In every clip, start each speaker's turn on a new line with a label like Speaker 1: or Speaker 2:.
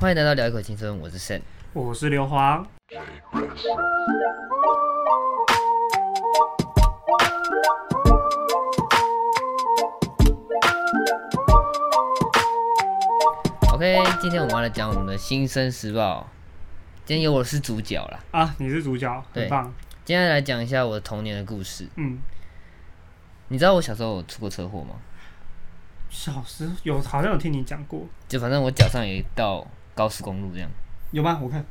Speaker 1: 欢迎来到聊一口青春，我是 Sam。
Speaker 2: 我是刘皇，
Speaker 1: OK，今天我们要来讲我们的新生时报。今天有我是主角啦，
Speaker 2: 啊，你是主角，
Speaker 1: 对
Speaker 2: 很棒。
Speaker 1: 今天来讲一下我的童年的故事。
Speaker 2: 嗯，
Speaker 1: 你知道我小时候有出过车祸吗？
Speaker 2: 小时候有好像有听你讲过，
Speaker 1: 就反正我脚上有一道高速公路这样，
Speaker 2: 有吗？我看，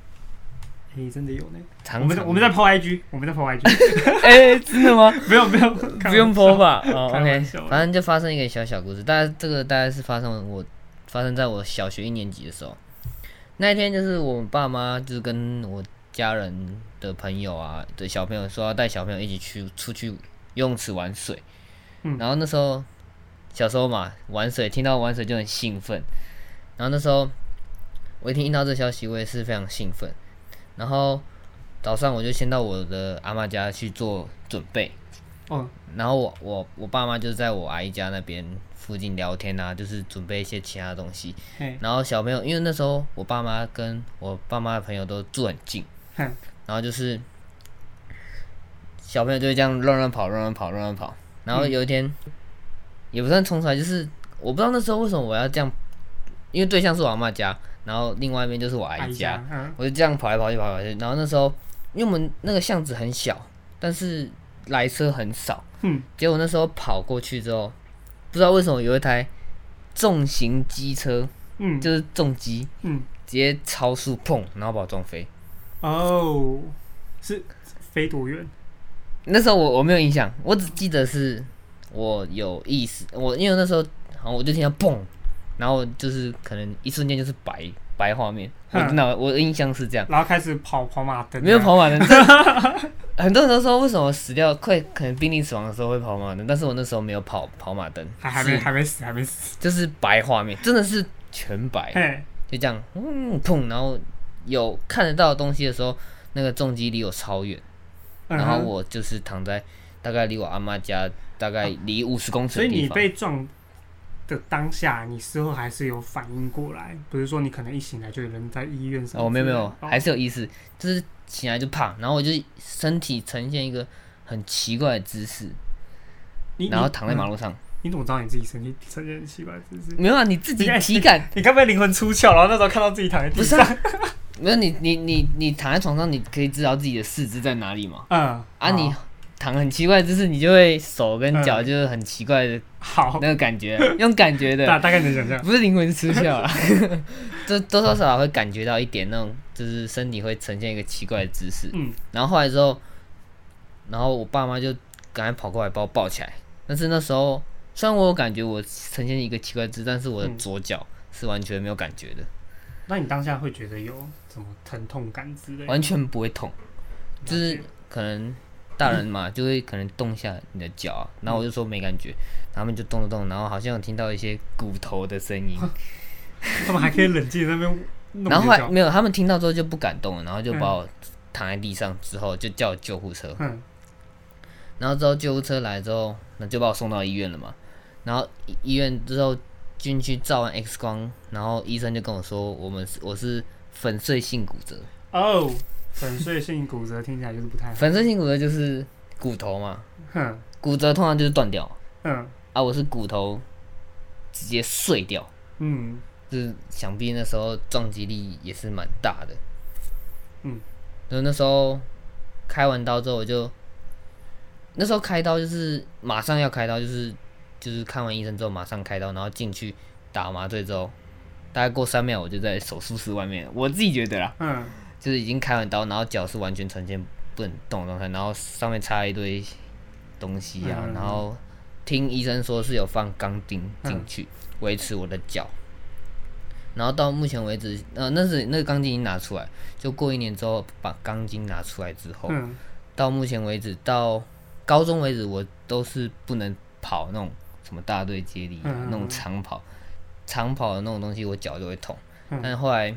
Speaker 2: 诶、真的有呢。
Speaker 1: 长
Speaker 2: 我们在
Speaker 1: 长
Speaker 2: 我们在抛 IG，我们在抛 IG，
Speaker 1: 哎、真 的吗？
Speaker 2: 不用不用，
Speaker 1: 不用
Speaker 2: 抛
Speaker 1: 播。吧？哦
Speaker 2: 开
Speaker 1: ，OK，
Speaker 2: 玩笑的
Speaker 1: 反正就发生一个小小故事，大概这个大概是发生我发生在我小学一年级的时候。那一天就是我爸妈就是跟我家人的朋友啊的小朋友说要带小朋友一起去出去游泳池玩水，
Speaker 2: 嗯
Speaker 1: 然后那时候小时候嘛玩水，听到玩水就很兴奋，然后那时候我一听到这消息，我也是非常兴奋，然后早上我就先到我的阿妈家去做准备，
Speaker 2: 哦，
Speaker 1: 然后我我我爸妈就在我阿姨家那边附近聊天啊，就是准备一些其他的东西。
Speaker 2: 嘿，
Speaker 1: 然后小朋友，因为那时候我爸妈跟我爸妈的朋友都住很近，
Speaker 2: 嘿，
Speaker 1: 然后就是小朋友就会这样乱乱跑、乱乱跑、乱乱跑。然后有一天，也不算冲出来，就是我不知道那时候为什么我要这样，因为对象是我阿妈家，然后另外一边就是我阿
Speaker 2: 阿
Speaker 1: 姨
Speaker 2: 姨
Speaker 1: 家，
Speaker 2: 家，嗯，
Speaker 1: 我就这样跑来跑去，跑来跑去。然后那时候，因为我们那个巷子很小，但是来车很少。
Speaker 2: 嗯，
Speaker 1: 结果那时候跑过去之后，不知道为什么有一台重型机车，
Speaker 2: 嗯，
Speaker 1: 就是重机，
Speaker 2: 嗯，
Speaker 1: 直接超速碰，然后把我撞飞。
Speaker 2: 哦，是飞多远？
Speaker 1: 那时候我我没有印象，我只记得是我有意识，我因为那时候好像我就听到砰，然后就是可能一瞬间就是白白画面，我
Speaker 2: 哼
Speaker 1: 脑我的印象是这样。
Speaker 2: 然后开始跑跑马灯，啊
Speaker 1: 没有，跑马灯。这 很多人都说为什么死掉快，可能濒临死亡的时候会跑马灯，但是我那时候没有跑跑马灯，
Speaker 2: 还还没
Speaker 1: 是
Speaker 2: 还没死，还没死。
Speaker 1: 就是白画面，真的是全白，
Speaker 2: 嘿，
Speaker 1: 就这样，嗯，砰，然后有看得到的东西的时候，那个重击离我超远，
Speaker 2: 嗯
Speaker 1: 然后
Speaker 2: 哼，
Speaker 1: 我就是躺在大概离我阿妈家大概离五十公尺
Speaker 2: 所
Speaker 1: 的
Speaker 2: 以
Speaker 1: 地
Speaker 2: 你
Speaker 1: 方。
Speaker 2: 被撞的当下，你事后还是有反应过来，不是说你可能一醒来就有人在医院上。
Speaker 1: 哦，没有没有，还
Speaker 2: 是
Speaker 1: 是有意识，就是醒来就胖，然后我就身体呈现一个很奇怪的姿势，
Speaker 2: 你嗯
Speaker 1: 然后躺在马
Speaker 2: 路。
Speaker 1: 路上。
Speaker 2: 你怎么知道你自己身体呈现奇怪的姿势？
Speaker 1: 没有啊，你自己
Speaker 2: 你看
Speaker 1: 体 感
Speaker 2: 你该不会灵魂出窍，然后那时候看到自己躺在地
Speaker 1: 不是
Speaker 2: 上？
Speaker 1: 啊，没有你你你你躺在床上，你可以知道自己的四肢在哪里嘛？
Speaker 2: 嗯，
Speaker 1: 啊，
Speaker 2: 好
Speaker 1: 你躺很奇怪的姿势，你就会手跟脚
Speaker 2: 嗯
Speaker 1: 就是很奇怪的
Speaker 2: 好，
Speaker 1: 那个啊感觉，用感觉
Speaker 2: 大
Speaker 1: 的，
Speaker 2: 大概能想象。
Speaker 1: 不是灵魂出窍啊， 这多多少少会感觉到一点那种，就是身体会呈现一个奇怪的姿势。
Speaker 2: 嗯，
Speaker 1: 然后后来之后，然后我爸妈就赶快跑过来把我抱起来，但是那时候虽然我有感觉我呈现一个奇怪的姿势，但是我的
Speaker 2: 嗯
Speaker 1: 左脚是完全没有感觉的。
Speaker 2: 那你当下会觉得有什么疼痛感之类的？
Speaker 1: 完全不会痛，就是可能大人嘛，就会可能动一下你的脚啊、
Speaker 2: 嗯
Speaker 1: 然后我就说没感觉，然后他们就动了动，然后好像有听到一些骨头的声 音，
Speaker 2: 他们还可以冷静在那边弄
Speaker 1: 然后
Speaker 2: 你
Speaker 1: 后
Speaker 2: 的
Speaker 1: 来
Speaker 2: 脚。
Speaker 1: 没有，他们听到之后就不敢动了，然后就把我躺在地上之后就叫救护车，
Speaker 2: 嗯，
Speaker 1: 然后之后救护车来之后，那就把我送到医院了嘛，然后医医院之后进去照完 X 光，然后医生就跟我说，我们是我是粉碎性骨折，
Speaker 2: 哦，粉碎性骨折听起来就是不太好。
Speaker 1: 粉碎性骨折就是骨头嘛，
Speaker 2: 哼，
Speaker 1: 骨折通常就是断掉。
Speaker 2: 嗯
Speaker 1: 啊，我是骨头直接碎掉，
Speaker 2: 嗯，
Speaker 1: 就是想必那时候撞击力也是蛮大的。
Speaker 2: 嗯，
Speaker 1: 就那时候开完刀之后，我就那时候开刀就是马上要开刀，就是就是看完医生之后马上开刀，然后进去打麻醉之后，大概过三秒我就在手术室外面了，我自己觉得啦，
Speaker 2: 嗯，
Speaker 1: 就是已经开完刀，然后脚是完全呈现不能动的状态，然后上面插一堆东西啊，
Speaker 2: 嗯
Speaker 1: 然后听医生说是有放钢钉进去维持我的脚，然后到目前为止，呃，那是那个钢筋已经拿出来，就过一年之后把钢筋拿出来之后，
Speaker 2: 嗯，
Speaker 1: 到目前为止到高中为止，我都是不能跑那种什么大队接力啊、
Speaker 2: 嗯嗯嗯
Speaker 1: 那种长跑，长跑的那种东西，我脚就会痛。
Speaker 2: 嗯
Speaker 1: 但是后来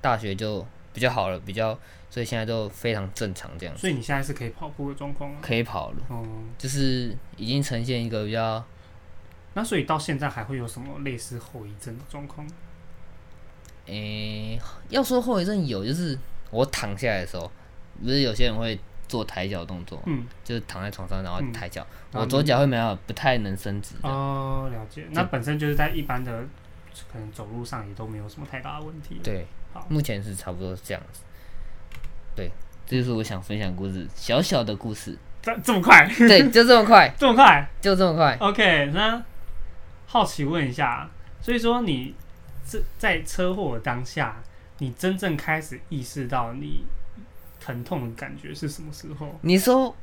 Speaker 1: 大学就比较好了，比较所以现在都非常正常这样，
Speaker 2: 所以你现在是可以跑步的状况了。
Speaker 1: 可以跑了，
Speaker 2: 哦，
Speaker 1: 就是已经呈现一个比较
Speaker 2: 那所以到现在还会有什么类似后遗症的状况？
Speaker 1: 诶、要说后遗症有，就是我躺下来的时候，不是有些人会做抬脚动作吗，
Speaker 2: 嗯，
Speaker 1: 就是躺在床上然后
Speaker 2: 嗯
Speaker 1: 抬脚，
Speaker 2: 然后
Speaker 1: 我
Speaker 2: 你
Speaker 1: 左脚会没有不太能伸直这样，
Speaker 2: 哦，了解。那本身就是在一般的可能走路上也都没有什么太大的问题。，
Speaker 1: 对
Speaker 2: 好，
Speaker 1: 目前是差不多是这样子。对，这就是我想分享的故事，小小的故事。
Speaker 2: 这这么快，
Speaker 1: 对，就这么快，
Speaker 2: 这么快
Speaker 1: 就这么快。
Speaker 2: ？OK，那好奇问一下，所以说你这在车祸当下，你真正开始意识到你疼痛的感觉是什么时候？
Speaker 1: 你说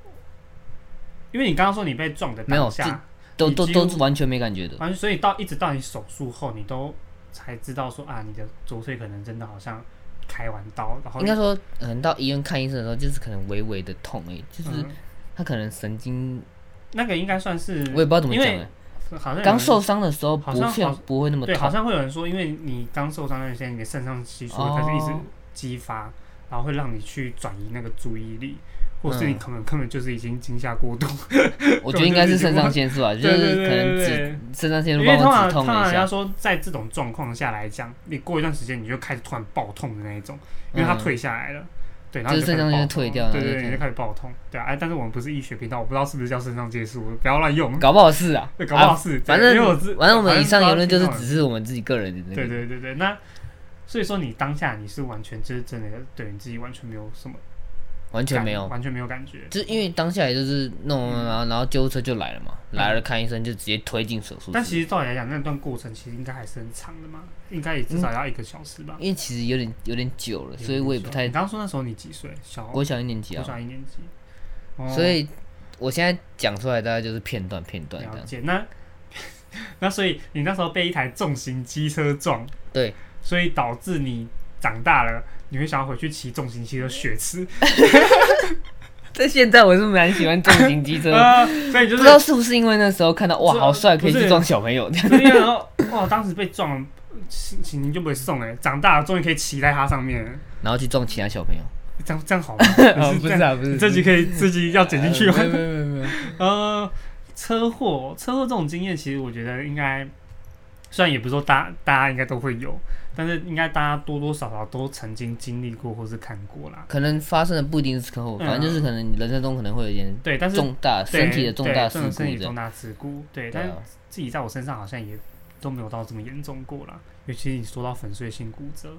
Speaker 2: 因为你刚刚说你被撞的
Speaker 1: 没有
Speaker 2: 当下，
Speaker 1: 都
Speaker 2: 你
Speaker 1: 都
Speaker 2: 几
Speaker 1: 都
Speaker 2: 乎
Speaker 1: 完全没感觉的，
Speaker 2: 反正所以到一直到你手术后，你都才知道说啊，你的左腿可能真的好像开完刀，然后
Speaker 1: 应该说，可能到医院看医生的时候，就是可能微微的痛而已，就是
Speaker 2: 嗯
Speaker 1: 他可能神经，
Speaker 2: 那个应该算是
Speaker 1: 我也不知道怎么
Speaker 2: 因
Speaker 1: 讲
Speaker 2: 为
Speaker 1: 欸
Speaker 2: 好像有人
Speaker 1: 刚受伤的时候
Speaker 2: 好
Speaker 1: 不
Speaker 2: 像
Speaker 1: 像
Speaker 2: 好
Speaker 1: 不会那么
Speaker 2: 对，好
Speaker 1: 痛，
Speaker 2: 像会有人说，因为你刚受伤那些，你的肾上腺素会开始一直
Speaker 1: 哦
Speaker 2: 激发，然后会让你去转移那个注意力，或是你
Speaker 1: 嗯
Speaker 2: 可能根本就是已经惊吓过度，
Speaker 1: 我觉得应该是肾上腺素啊，就
Speaker 2: 对对
Speaker 1: 是
Speaker 2: 对
Speaker 1: 可能
Speaker 2: 对
Speaker 1: 止
Speaker 2: 对。
Speaker 1: 肾上腺
Speaker 2: 因
Speaker 1: 素帮
Speaker 2: 为通常
Speaker 1: 我止
Speaker 2: 通
Speaker 1: 痛了一
Speaker 2: 常人家
Speaker 1: 下，嗯
Speaker 2: 说，在这种状况下来讲，你过一段时间你就开始突然爆痛的那一种，因为它
Speaker 1: 嗯
Speaker 2: 退下来了。对，然后
Speaker 1: 就
Speaker 2: 你
Speaker 1: 是
Speaker 2: 开始
Speaker 1: 肾上腺
Speaker 2: 爆
Speaker 1: 素退
Speaker 2: 痛
Speaker 1: 掉然后
Speaker 2: 对对
Speaker 1: 就这
Speaker 2: 对，你就
Speaker 1: 样
Speaker 2: 开始爆痛，对啊，哎，但是我们不是医学频道，我不知道是不是叫肾上腺素，不要 乱用，
Speaker 1: 搞不好是啊
Speaker 2: 对，搞不好
Speaker 1: 啊，
Speaker 2: 是，对
Speaker 1: 反
Speaker 2: 因
Speaker 1: 正
Speaker 2: 为我知
Speaker 1: 反正我们以上
Speaker 2: 不知道
Speaker 1: 言论就是
Speaker 2: 听到
Speaker 1: 只是我们自己个人的那
Speaker 2: 对
Speaker 1: 个，
Speaker 2: 对对对，那所以说你当下你是完全就是真的对你自己完全没有什么
Speaker 1: 完全
Speaker 2: 感
Speaker 1: 没有，
Speaker 2: 完全没有感觉。
Speaker 1: 就是因为当下也就是弄弄，弄然后然后救护车就来了嘛，
Speaker 2: 嗯
Speaker 1: 来了看医生就直接推进手术
Speaker 2: 但
Speaker 1: 室，
Speaker 2: 其实照理来讲，那段过程其实应该还是很长的嘛，应该也至少要一个小时吧。
Speaker 1: 因为其实有点有点久了，嗯所以我也不太
Speaker 2: 你，刚刚说那时候你几岁？小
Speaker 1: 我小一年级
Speaker 2: 我
Speaker 1: 啊，
Speaker 2: 小一年级。哦、
Speaker 1: 所以我现在讲出来大概就是片段片段这
Speaker 2: 了
Speaker 1: 样，
Speaker 2: 解。那那所以你那时候被一台重型机车撞，
Speaker 1: 对，
Speaker 2: 所以导致你长大了，你会想要回去骑重型机车学吃
Speaker 1: 但现在我是蛮喜欢重型机车，
Speaker 2: 啊、所以
Speaker 1: 不
Speaker 2: 就是
Speaker 1: 知道是不是因为那时候看到哇
Speaker 2: 这
Speaker 1: 好帅，可以
Speaker 2: 不
Speaker 1: 去
Speaker 2: 是
Speaker 1: 撞小朋友这样，
Speaker 2: 对呀，然后哇，当时被撞，心情情就不会送哎、长大了终于可以骑在它上面了，
Speaker 1: 然后去撞其他小朋 友，
Speaker 2: 这样这样 好吗？你
Speaker 1: 哦
Speaker 2: 是
Speaker 1: 不
Speaker 2: 这
Speaker 1: 是
Speaker 2: 样，
Speaker 1: 啊不
Speaker 2: 你
Speaker 1: 是，
Speaker 2: 这集
Speaker 1: 己
Speaker 2: 可以这集要剪进去吗？
Speaker 1: 嗯没有没有没有没有，
Speaker 2: 呃，车祸车祸这种经验，其实我觉得应该，虽然也不是说大大家应该都会有，但是应该大家多多少少都曾经经历过或是看过啦。
Speaker 1: 可能发生的不一定是车祸，
Speaker 2: 嗯
Speaker 1: 反正就是可能你人生中可能会有一点
Speaker 2: 对，但是
Speaker 1: 重大
Speaker 2: 对
Speaker 1: 身体的重大
Speaker 2: 对
Speaker 1: 事
Speaker 2: 这种
Speaker 1: 故
Speaker 2: 身体
Speaker 1: 这样
Speaker 2: 重，大事故，对，
Speaker 1: 对
Speaker 2: 但是
Speaker 1: 啊
Speaker 2: 自己在我身上好像也都没有到这么严重过啦。尤其你说到粉碎性骨折，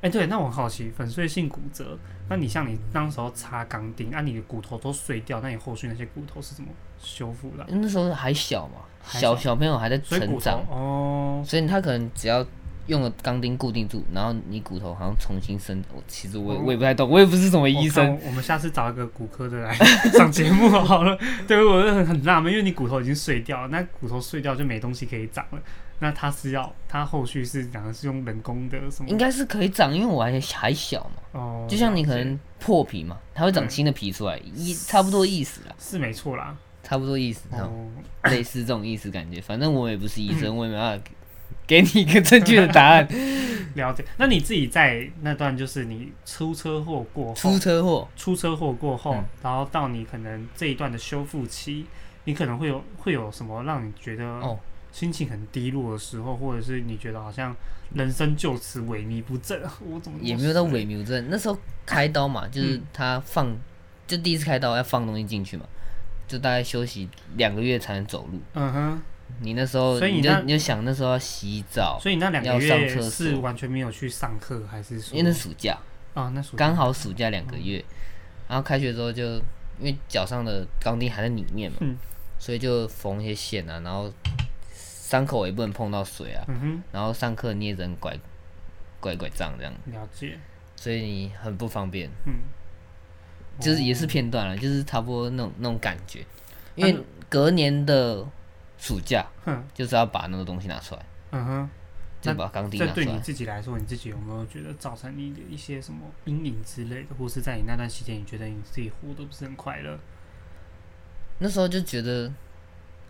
Speaker 2: 哎、对，那我很好奇，粉碎性骨折，那你像你当时候插钢钉，啊，你的骨头都碎掉，那你后续那些骨头是怎么修复的啊？
Speaker 1: 因为那时候还小嘛，
Speaker 2: 还
Speaker 1: 小
Speaker 2: 小
Speaker 1: 小朋友还在
Speaker 2: 所以骨
Speaker 1: 成
Speaker 2: 头
Speaker 1: 长，
Speaker 2: 哦，
Speaker 1: 所以他可能只要用了钢钉固定住，然后你骨头好像重新生。我其实我也
Speaker 2: 哦
Speaker 1: 我也不太懂，我也不是什么
Speaker 2: 我
Speaker 1: 医
Speaker 2: 看
Speaker 1: 生。
Speaker 2: 我，我们下次找一个骨科的来上节目好了。 对，我就很很纳闷，因为你骨头已经碎掉了，那骨头碎掉就没东西可以长了。那他是要他后续是讲的是用人工的什么？
Speaker 1: 应该是可以长，因为我还还小嘛。
Speaker 2: 哦，
Speaker 1: 就像你
Speaker 2: 了
Speaker 1: 可
Speaker 2: 解
Speaker 1: 能破皮嘛，它会长
Speaker 2: 嗯
Speaker 1: 新的皮出来，一差不多意思啦，
Speaker 2: 是没错啦。
Speaker 1: 差不多意思，然后
Speaker 2: 哦，嗯
Speaker 1: 类似这种意思感觉。反正我也不是医生，我也没办法给你一个正确的答
Speaker 2: 哦
Speaker 1: 案。
Speaker 2: 了解。那你自己在那段就是你出车祸过后
Speaker 1: 出，车祸，
Speaker 2: 出车祸过后，
Speaker 1: 嗯
Speaker 2: 然后到你可能这一段的修复期，你可能会有会有什么让你觉得
Speaker 1: 哦
Speaker 2: 心情很低落的时候，或者是你觉得好像人生就此萎靡不振， 我怎么
Speaker 1: 也没有到
Speaker 2: 死了啊
Speaker 1: 萎靡症。那时候开刀嘛，就是他放，就第一次开刀要放东西进去嘛，就大概休息两个月才能走路。
Speaker 2: 嗯哼，
Speaker 1: 你那时候，
Speaker 2: 所以你
Speaker 1: 你
Speaker 2: 那
Speaker 1: 就你就想那时候要洗澡，
Speaker 2: 所以你那两个
Speaker 1: 要上
Speaker 2: 月
Speaker 1: 厕所
Speaker 2: 是完全没有去上课，还是说
Speaker 1: 因为那暑假
Speaker 2: 啊那暑嗯
Speaker 1: 刚好暑假两个月，然后开学之后就因为脚上的钢钉还在里面嘛，
Speaker 2: 嗯
Speaker 1: 所以就缝一些线啊，然后伤口也不能碰到水啊，
Speaker 2: 嗯
Speaker 1: 然后上课你也只能拐拐拐杖这样，
Speaker 2: 哼了解
Speaker 1: 所以你很不方便，
Speaker 2: 嗯，
Speaker 1: 就是也是
Speaker 2: 哦啊
Speaker 1: 片段了，啊就是差不多那种那种感觉，因为隔年的暑假
Speaker 2: 哼
Speaker 1: 就是要把那个东西拿出来，
Speaker 2: 嗯哼。
Speaker 1: 就把钢钉
Speaker 2: 这
Speaker 1: 拿出
Speaker 2: 对你
Speaker 1: 来。
Speaker 2: 自己来说，你自己有没有觉得造成你的一些什么阴影之类的，或是在你那段期间，你觉得你自己活得不是很快乐？
Speaker 1: 那时候就觉得，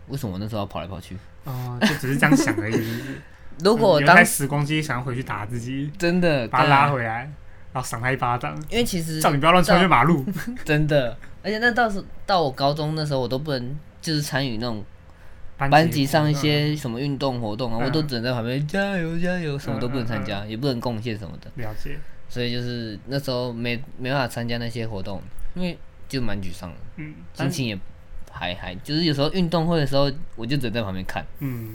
Speaker 1: 为什么我那时候要跑来跑去？
Speaker 2: 哦、 就只是这样想而已。是不是
Speaker 1: 如果我
Speaker 2: 嗯有一
Speaker 1: 当
Speaker 2: 台
Speaker 1: 时啊
Speaker 2: 时光机想要回去打自己，
Speaker 1: 真的
Speaker 2: 把他拉
Speaker 1: 回，
Speaker 2: 回来，然后赏他一巴掌，
Speaker 1: 因为其实
Speaker 2: 叫你不要乱穿越马路。
Speaker 1: 真的，而且那到时到我高中那时候，我都不能就是参与那种
Speaker 2: 班
Speaker 1: 班
Speaker 2: 级
Speaker 1: 级
Speaker 2: 活
Speaker 1: 上一
Speaker 2: 动啊
Speaker 1: 些什么运动活动啊，我都
Speaker 2: 嗯
Speaker 1: 只能在旁边加油加油，什么都不能参
Speaker 2: 嗯
Speaker 1: 加，也不能贡献什么的，
Speaker 2: 了解，
Speaker 1: 所以就是那时候没没办法参加那些活动，因为就蛮沮丧的，
Speaker 2: 嗯，
Speaker 1: 心
Speaker 2: 但
Speaker 1: 情也还还，就是有时候运动会的时候，我就只能在旁边看，
Speaker 2: 嗯，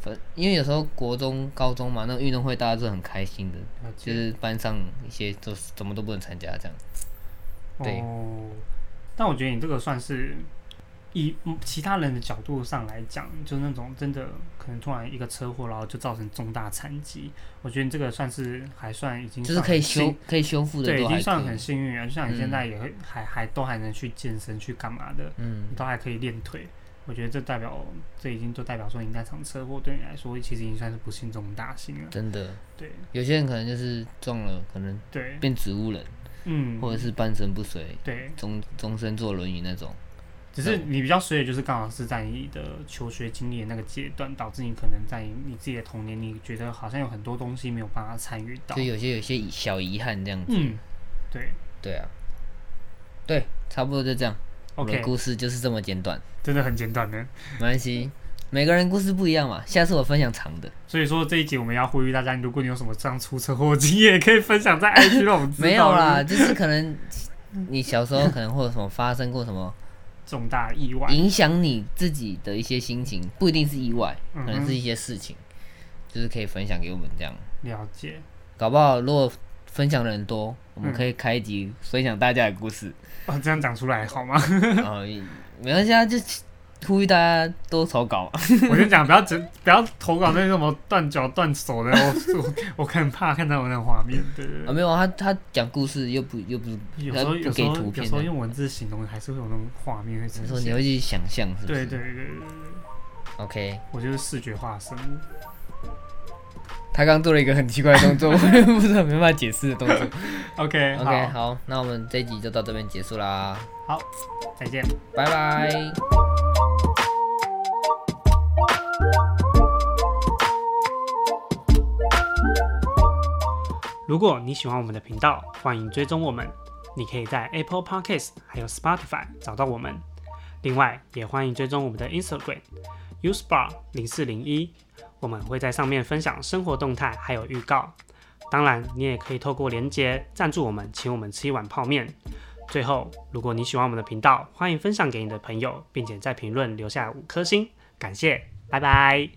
Speaker 1: 反因为有时候国中、高中嘛，那个运动会大家都是很开心的，
Speaker 2: 了
Speaker 1: 就
Speaker 2: 解，
Speaker 1: 是班上一些都是怎么都不能参加这样。对
Speaker 2: 哦，但我觉得你这个算是以嗯其他人的角度上来讲，就是那种真的可能突然一个车祸，然后就造成重大残疾，我觉得你这个算是还算已经
Speaker 1: 就是
Speaker 2: 算
Speaker 1: 可以
Speaker 2: 很幸
Speaker 1: 修可以修复的
Speaker 2: 嗯啊对，已
Speaker 1: 都还
Speaker 2: 经算
Speaker 1: 可
Speaker 2: 很
Speaker 1: 以。
Speaker 2: 幸运了。就像你现
Speaker 1: 嗯
Speaker 2: 在也会还还都还能去健身去干嘛的，
Speaker 1: 嗯，
Speaker 2: 你都还可以练腿。我觉得这代表，这已经就代表说，你那场车祸对你来说，其实已经算是不幸中的大幸了。
Speaker 1: 真的，
Speaker 2: 对
Speaker 1: 有些人可能就是中了，可能
Speaker 2: 对，
Speaker 1: 变植物人，
Speaker 2: 嗯，
Speaker 1: 或者是半身不遂，
Speaker 2: 对，
Speaker 1: 终终身坐轮椅那种。
Speaker 2: 只是你比较衰的就是刚好是在你的求学经历的那个阶段，导致你可能在你自己的童年，你觉得好像有很多东西没有办法参与到
Speaker 1: 就。有些有些遗小遗憾这样子。
Speaker 2: 嗯，对
Speaker 1: 对啊，对，差不多就这样。我的
Speaker 2: ，OK，
Speaker 1: 故事就是这么简短，
Speaker 2: 真的很简短的。
Speaker 1: 没关系，每个人故事不一样嘛。下次我分享长的，
Speaker 2: 所以说这一集我们要呼吁大家，如果你有什么这样出车祸的经验，也可以分享在 IG 让我们知道。
Speaker 1: 没有啦，，就是可能 你小时候可能会有什么发生过什么
Speaker 2: 重大意外，
Speaker 1: 影响你自己的一些心情，不一定是意外，可
Speaker 2: 嗯
Speaker 1: 能是
Speaker 2: 哼，
Speaker 1: 一些事情，就是可以分享给我们这样。
Speaker 2: 了解。
Speaker 1: 搞不好如果分享的人多，我们
Speaker 2: 嗯
Speaker 1: 可以开一集分享大家的故 事。
Speaker 2: 哦，这样讲出来好吗？
Speaker 1: 啊、也没关系啊，就呼吁大家多投稿。啊
Speaker 2: 我先讲，不要整，不要投稿那些什么断脚断手的，我 我我很怕看到我那种画面。对对
Speaker 1: 啊，
Speaker 2: 对，
Speaker 1: 没有啊，他他讲故事又不又不是，
Speaker 2: 有时候
Speaker 1: 不
Speaker 2: 有
Speaker 1: 给
Speaker 2: 时候
Speaker 1: 图
Speaker 2: 有
Speaker 1: 片
Speaker 2: 时候
Speaker 1: 的，
Speaker 2: 用文字形容，还是会有那种画面会
Speaker 1: 只
Speaker 2: 呈
Speaker 1: 是说你
Speaker 2: 现。
Speaker 1: 会去想象，是不
Speaker 2: 对
Speaker 1: 是？
Speaker 2: 对对对对，
Speaker 1: OK，
Speaker 2: 我就是视觉化生物。
Speaker 1: 他刚做了一个很奇怪的动作，我 也不知道没办法解释的动 作。
Speaker 2: OK
Speaker 1: OK，好，那我们这一集就到这边结束啦，
Speaker 2: 好，再见。
Speaker 1: 拜拜。
Speaker 2: 如果你喜欢我们的频道，欢迎追踪我们。你可以在 Apple Podcast 还有 Spotify 找到我们。另外，也欢迎追踪我们的 Instagram usebar 零四零一，我们会在上面分享生活动态还有预告。当然，你也可以透过连接赞助我们，请我们吃一碗泡面。最后，如果你喜欢我们的频道，欢迎分享给你的朋友，并且在评论留下五颗星，感谢，拜拜。